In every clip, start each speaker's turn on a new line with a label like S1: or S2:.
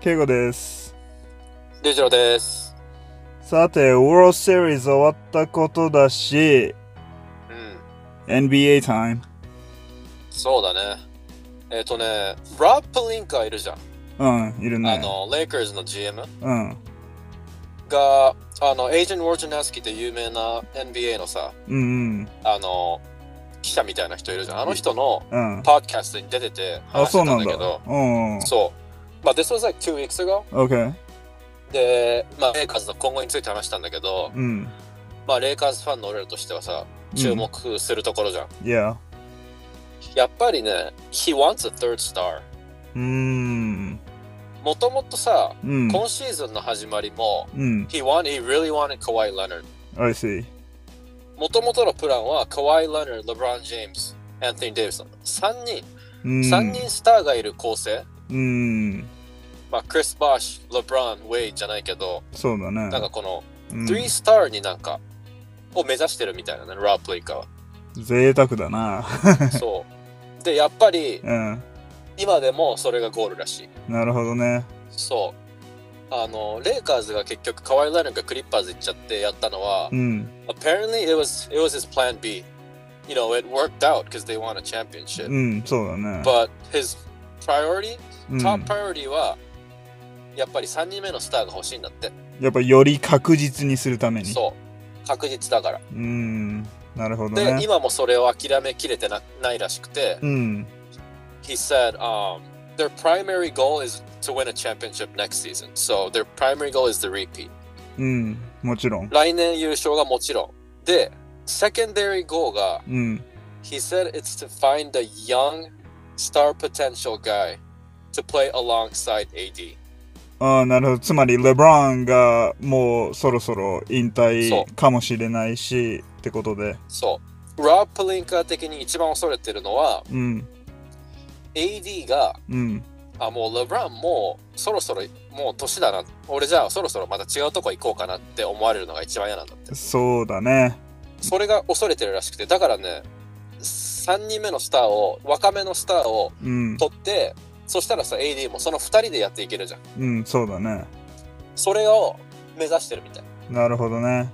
S1: ケイゴです。
S2: 龍次郎です。
S1: さて、オーロセリーズ終わったことだし、
S2: うん。
S1: NBA タイム。
S2: そうだね。えっ、とね、ロブ・プリンカーいるじゃん。
S1: うん、いる
S2: あ
S1: ね。
S2: の、レイカーズの GM
S1: うん、
S2: が、あの、エイジェント・ウォージャナスキーって有名な NBA のさ、
S1: うん、
S2: あの、記者みたいな人いるじゃん。あの人の
S1: うん。うん
S2: パーキャストに出てて
S1: あ、
S2: 話し
S1: そう
S2: てた
S1: なんん
S2: だ
S1: だ
S2: けど、。
S1: うん。
S2: そう。まあ、this was like two weeks ago.
S1: OK。
S2: で、まあ、レイカーズの今後について話したんだけど、
S1: うん。
S2: まあ、レイカーズファンの俺らとしてはさ、注目するところじゃん。
S1: Yeah。
S2: やっぱりね、he wants a third star。
S1: うん。
S2: もともとさ、
S1: うん。
S2: 今シーズンの始まりも、
S1: うん。
S2: he wanted, he really wanted Kawhi Leonard。
S1: I see。
S2: もともとのプランは、Kawhi Leonard、LeBron James、Anthony Davis の3人、
S1: うん。
S2: 3人スターがいる構成。
S1: うん。
S2: まあ、クリス・バッシュ、LeBron、Wade じゃないけど、
S1: そうだね。
S2: なんかこの
S1: うん
S2: 3スターになんか、を目指してるみたいなね、ラープリ ンカーは。
S1: 贅沢だな。
S2: そう。で、やっぱり、
S1: うん。
S2: 今でもそれがゴールらしい。
S1: なるほどね。
S2: そう。あの、レイカーズが結局、カワイ・ラナがクリッパーズ行っちゃってやったのは
S1: う、ん。
S2: apparently it was it was his plan B. You know, it worked out because they won a championship.
S1: うん、そうだね。
S2: But his priority,
S1: うん、
S2: top priority はやっぱり3人目のスターが欲しいんだって。
S1: やっぱより確実にするために。
S2: そう。確実だから。
S1: うん。なるほど
S2: で、
S1: ね。
S2: 今もそれを諦めきれてなないらしくて、
S1: うん。
S2: he said, um, their primary goal is to win a championship next season. So their primary goal is the repeat.
S1: うん。もちろん。
S2: 来年優勝がもちろん。で、secondary goal が
S1: うん。
S2: He said it's to find a young star potential guy to play alongside AD.
S1: ああ、なるほど。つまり、レブロンがもうそろそろ引
S2: そ
S1: 退かもしれないし、ってことで。
S2: そう。ロブ・プリンカー的に一番恐れてるのは
S1: うん。
S2: AD が
S1: うん。
S2: あもうレブランもうそろそろもう年だな俺じゃあそろそろまた違うとこ行こうかなって思われるのが一番嫌なんだって
S1: そうだね。
S2: それが恐れてるらしくてだからね3人目のスターを若めのスターを
S1: うん。
S2: 取ってそしたらさ AD もその2人でやっていけるじゃん
S1: うん、そうだね。
S2: それを目指してるみたい
S1: なるほどね。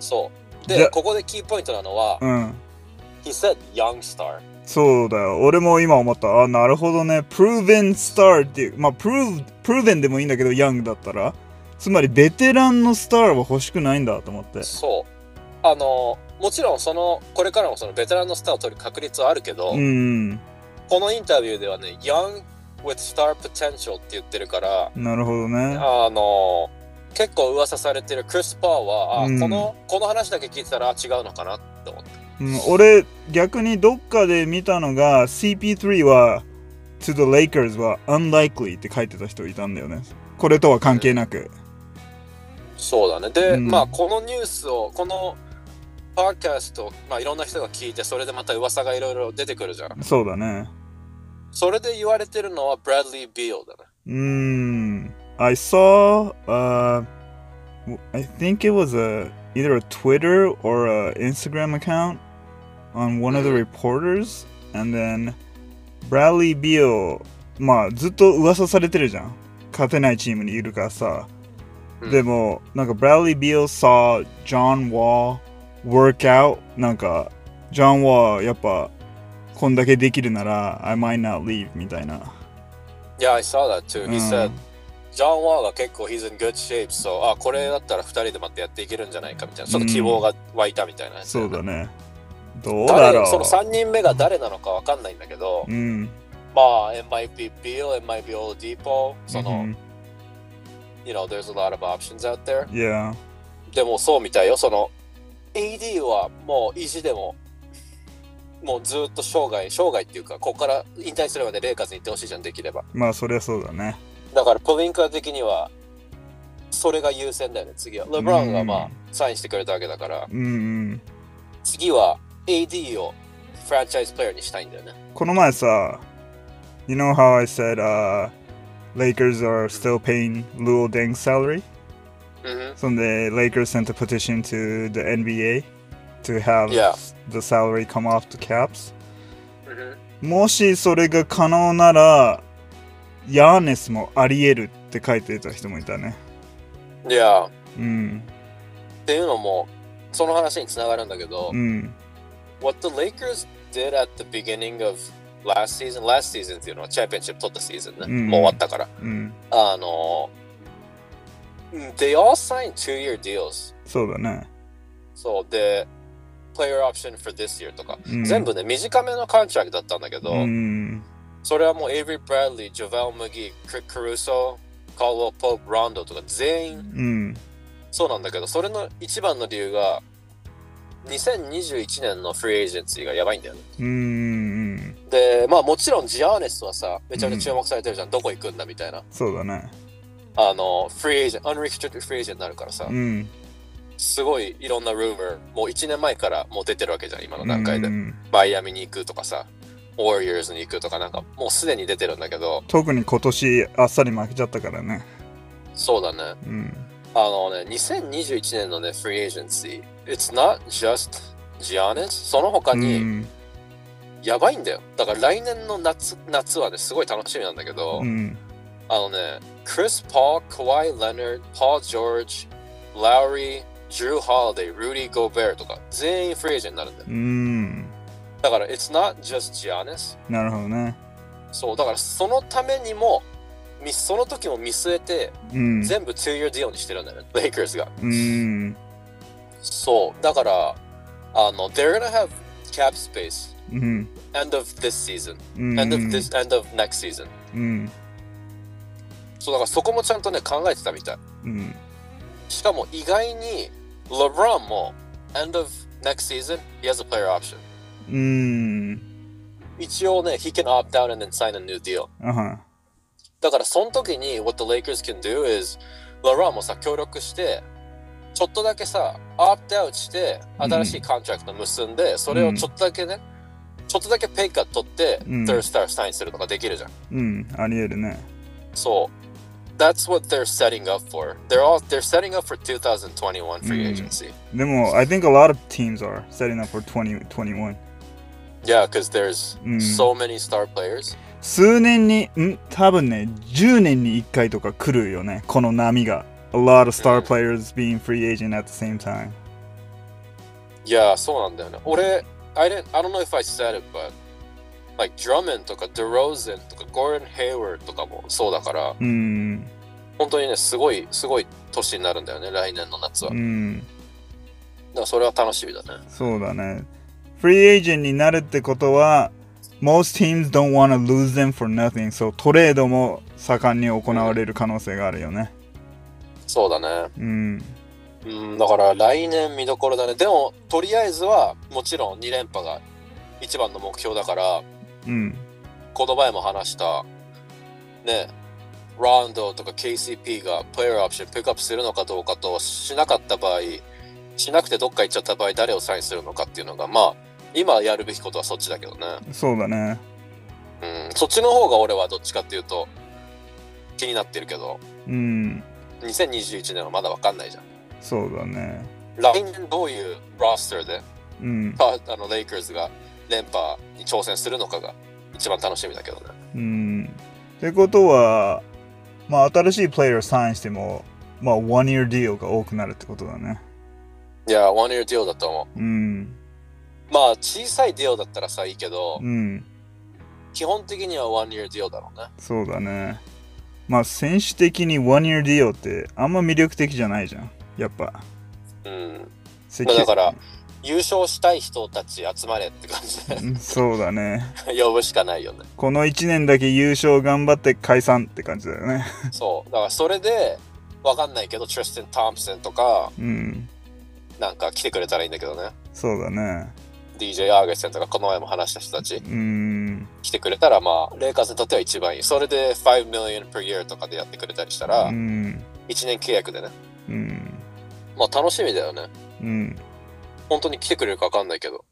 S2: そう
S1: じゃ
S2: でここでキーポイントなのは、
S1: うん。
S2: He said young star.
S1: そうだよ。俺も今思った。あ、なるほどね。proven star っていう。まあ、prove、proven でもいいんだけど、young だったら。つまり、ベテランのスターは欲しくないんだと思って。
S2: そう。あの、もちろんその、これからもそのベテランのスターを取る確率はあるけど、
S1: うん。
S2: このインタビューではね、young with star potential って言ってるから、
S1: なるほどね。
S2: あの、結構噂されてるクリス・パーは、あ、
S1: うん
S2: この、この話だけ聞いてたらあ違うのかなって思って。
S1: うん、俺逆にどっかで見たのが CP3 は To the Lakers は unlikely って書いてた人いたんだよねこれとは関係なく
S2: そうだね。で、
S1: うん
S2: まあ、このニュースを、この、パーキャストを、まあ、いろんな人が聞いて、それでまた噂がいろいろ出てくるじゃん。
S1: そうだね
S2: それで言われてるのは、ブラッドリー・ビールだね。
S1: うーん Hmm, I saw、uh, I think it was a either a Twitter or a Instagram account on one of the
S2: Mm-hmm.
S1: reporters and then Bradley Beal まあずっと噂されてるじゃん勝てないチームにいるからさ、
S2: うん
S1: でもなんか Bradley Beal saw John Wall work out なんか John Wall やっぱこんだけできるなら I might not leave Um, みたいな、
S2: Yeah, I saw that too.
S1: う
S2: He said,
S1: ん、
S2: ジョン・ワーが結構 he's in good shape, so あ、これだったら2人でまたやっていけるんじゃないかみたいな、ちょっと希望が湧いたみたいな、
S1: そうだねどうだろ
S2: 誰
S1: う
S2: その3人目が誰なのかわかんないんだけど、
S1: うん
S2: まあ、it might be Beal, it might be Old Depot, その、
S1: うん
S2: you know, there's a lot of options out there.
S1: Yeah
S2: でもそうみたいよ、その、AD はもう意地でも、もうずっと生涯、生涯っていうか、ここから引退するまでレイカーズに行ってほしいじゃん、できれば。
S1: まあそりゃそうだね
S2: だから、ポリンカー的には、それが優先だよね、次は。レブランがま
S1: う
S2: あ
S1: ん、
S2: サインしてくれたわけだから、
S1: うんうん
S2: 次は AD をフランチャイズプレイヤーにしたいんだよね。
S1: この前さ You know how I said、uh, Lakers are still paying Luol Deng's salary?
S2: うん。
S1: So the Lakers sent a petition to the NBA to have
S2: Yeah.
S1: the salary come off the caps. もしそれが可能なら、ヤーネスもあり得るって書いてた人もいたね。
S2: いやーっ
S1: うん。
S2: ていうのもその話につながるんだけど、
S1: うん。
S2: What the Lakers did at the beginning of last season last season っていうのはチャンピオンシップ取ったシーズンね、
S1: うん
S2: もう終わったから
S1: うん。
S2: あのー They all signed two year deals
S1: そうだね。
S2: そうで Player option for this year とか、
S1: うん、
S2: 全部ね短めのカントラクトだったんだけど、
S1: うん。
S2: それはもう Avery Bradley、JaVale McGee、Rick Caruso、Caldwell Pope、Rondo とか全員
S1: うん。
S2: そうなんだけど、それの一番の理由が、2021年のフリーエージェンシーがやばいんだよね。
S1: うん。うん。
S2: で、まあもちろんジアーネスはさ、めちゃめちゃ注目されてるじゃん、どこ行くんだみたいな。
S1: そうだね。
S2: あの、フリーエージェント、unrestricted フリーエージェントになるからさ
S1: う、ん。
S2: すごいいろんなルームもう1年前からもう出てるわけじゃん、今の段階で
S1: う。ん
S2: マイアミに行くとかさ、Warriors に行くとかなんか、もうすでに出てるんだけど、
S1: 特に今年あっさり負けちゃったからね。
S2: そうだね。
S1: うん。
S2: あのね、2021年のね、フリーエージェンシー、it's not just Giannis、その他
S1: う
S2: に
S1: ん
S2: やばいんだよ。だから来年の夏夏はね、すごい楽しみなんだけど、
S1: うん。
S2: あのね、Chris Paul、Kawhi Leonard、Paul George、Lowry、Drew Holiday、Rudy Gobert とか、全員フリーエージェントになるんだよ。
S1: うん。
S2: だから、it's not just Giannis。
S1: なるほどね。
S2: そう、だからそのためにも、みその時も見据えて、
S1: うん。
S2: 全部 2-year deal にしてるんだよね、Lakers が。
S1: うん。
S2: そう、だから、あの、they're gonna have cap space
S1: うん。
S2: end of this season,
S1: うん。
S2: end of this, end of next season.
S1: うん。
S2: そう、だからそこもちゃんとね、考えてたみたい。
S1: うん。
S2: しかも意外に、LeBron も end of next season, he has a player option.
S1: うん。
S2: 一応ね、he can opt out and then sign a new deal.
S1: あは。
S2: だからその時に、what the Lakers can do is, LeBron もさ、協力して、ちょっとだけさ、オプトアウトして、新しいコントラクト結んで、それをちょっとだけね、ちょっとだけペイカット取って、
S1: うん
S2: third star サインするとかできるじゃん。
S1: うん。あり得るね。
S2: そう。That's what they're setting up for. They're all they're setting up for 2021 free
S1: うん
S2: agency.
S1: でも、I think a lot of teams are setting up for 2021.
S2: Yeah, because there's
S1: うん
S2: so many star players.
S1: 数年に、ん多分ね、10年に1回とか来るよね、この波が。A lot of star players being free agent at the same time.
S2: Yeah, そうなんだよね。俺、I didn't I don't know if I said it, but like Drummond とか DeRozan とか Gordon Hayward とかもそうだから、
S1: うん。
S2: 本当にね、すごいすごい年になるんだよね、来年の夏は。
S1: う
S2: だ
S1: ん。
S2: からそれは楽しみだね。
S1: そうだね。フリーエージェントになるってことは、most teams don't want to lose them for nothing. そう、トレードも盛んに行われる可能性があるよね。
S2: そうだね。
S1: うん。
S2: うん、だから来年見どころだね。でも、とりあえずはもちろん2連覇が一番の目標だから、
S1: うん。
S2: この前も話した、ね、ラウンドとか KCP がプレイヤーオプションピックアップするのかどうかと、しなかった場合、しなくてどっか行っちゃった場合、誰をサインするのかっていうのが、まあ、今やるべきことはそっちだけどね。
S1: そうだね。
S2: うん、そっちの方が俺はどっちかっていうと、気になってるけど、
S1: うん。
S2: 2021年はまだわかんないじゃん。
S1: そうだね。
S2: 来年どういうロスターで、
S1: うん。
S2: ああの、レイカーズが連覇に挑戦するのかが、一番楽しみだけどね。
S1: うん。ってことは、まあ、新しいプレイヤーサインしても、まあ、one year deal が多くなるってことだね。
S2: いや、ワンイ r ディオだと思う。
S1: うん。
S2: まあ小さいディオだったらさいいけど、
S1: うん。
S2: 基本的にはワンイヤーディオだろうね。
S1: そうだね。まあ、選手的に one year deal ってあんま魅力的じゃないじゃん。やっぱ。
S2: うん。
S1: せ
S2: まあだから優勝したい人たち集まれって感じ
S1: うんそうだね。
S2: で 呼ぶしかないよね。
S1: この1年だけ優勝頑張って解散って感じだよね。
S2: そう。だからそれで、わかんないけど、トリスティン・トンプソンとか、
S1: うん。
S2: なんか来てくれたらいいんだけどね。
S1: そうだね。
S2: DJ アーゲスンとか、この前も話した人たち
S1: うん。
S2: 来てくれたら、まあ、レイカーズにとっては一番いい。それで5 million per year とかでやってくれたりしたら、
S1: うん。
S2: 1年契約でね。
S1: うん。
S2: まあ楽しみだよね。
S1: うん。
S2: 本当に来てくれるかわかんないけど。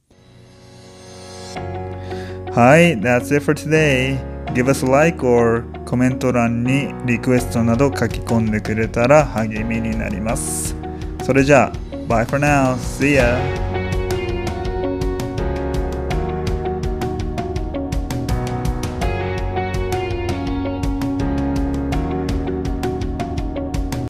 S1: はい、that's it for today. Give us a like or コメント欄にリクエストなど書き込んでくれたら励みになります。それじゃあ、bye for now. See ya!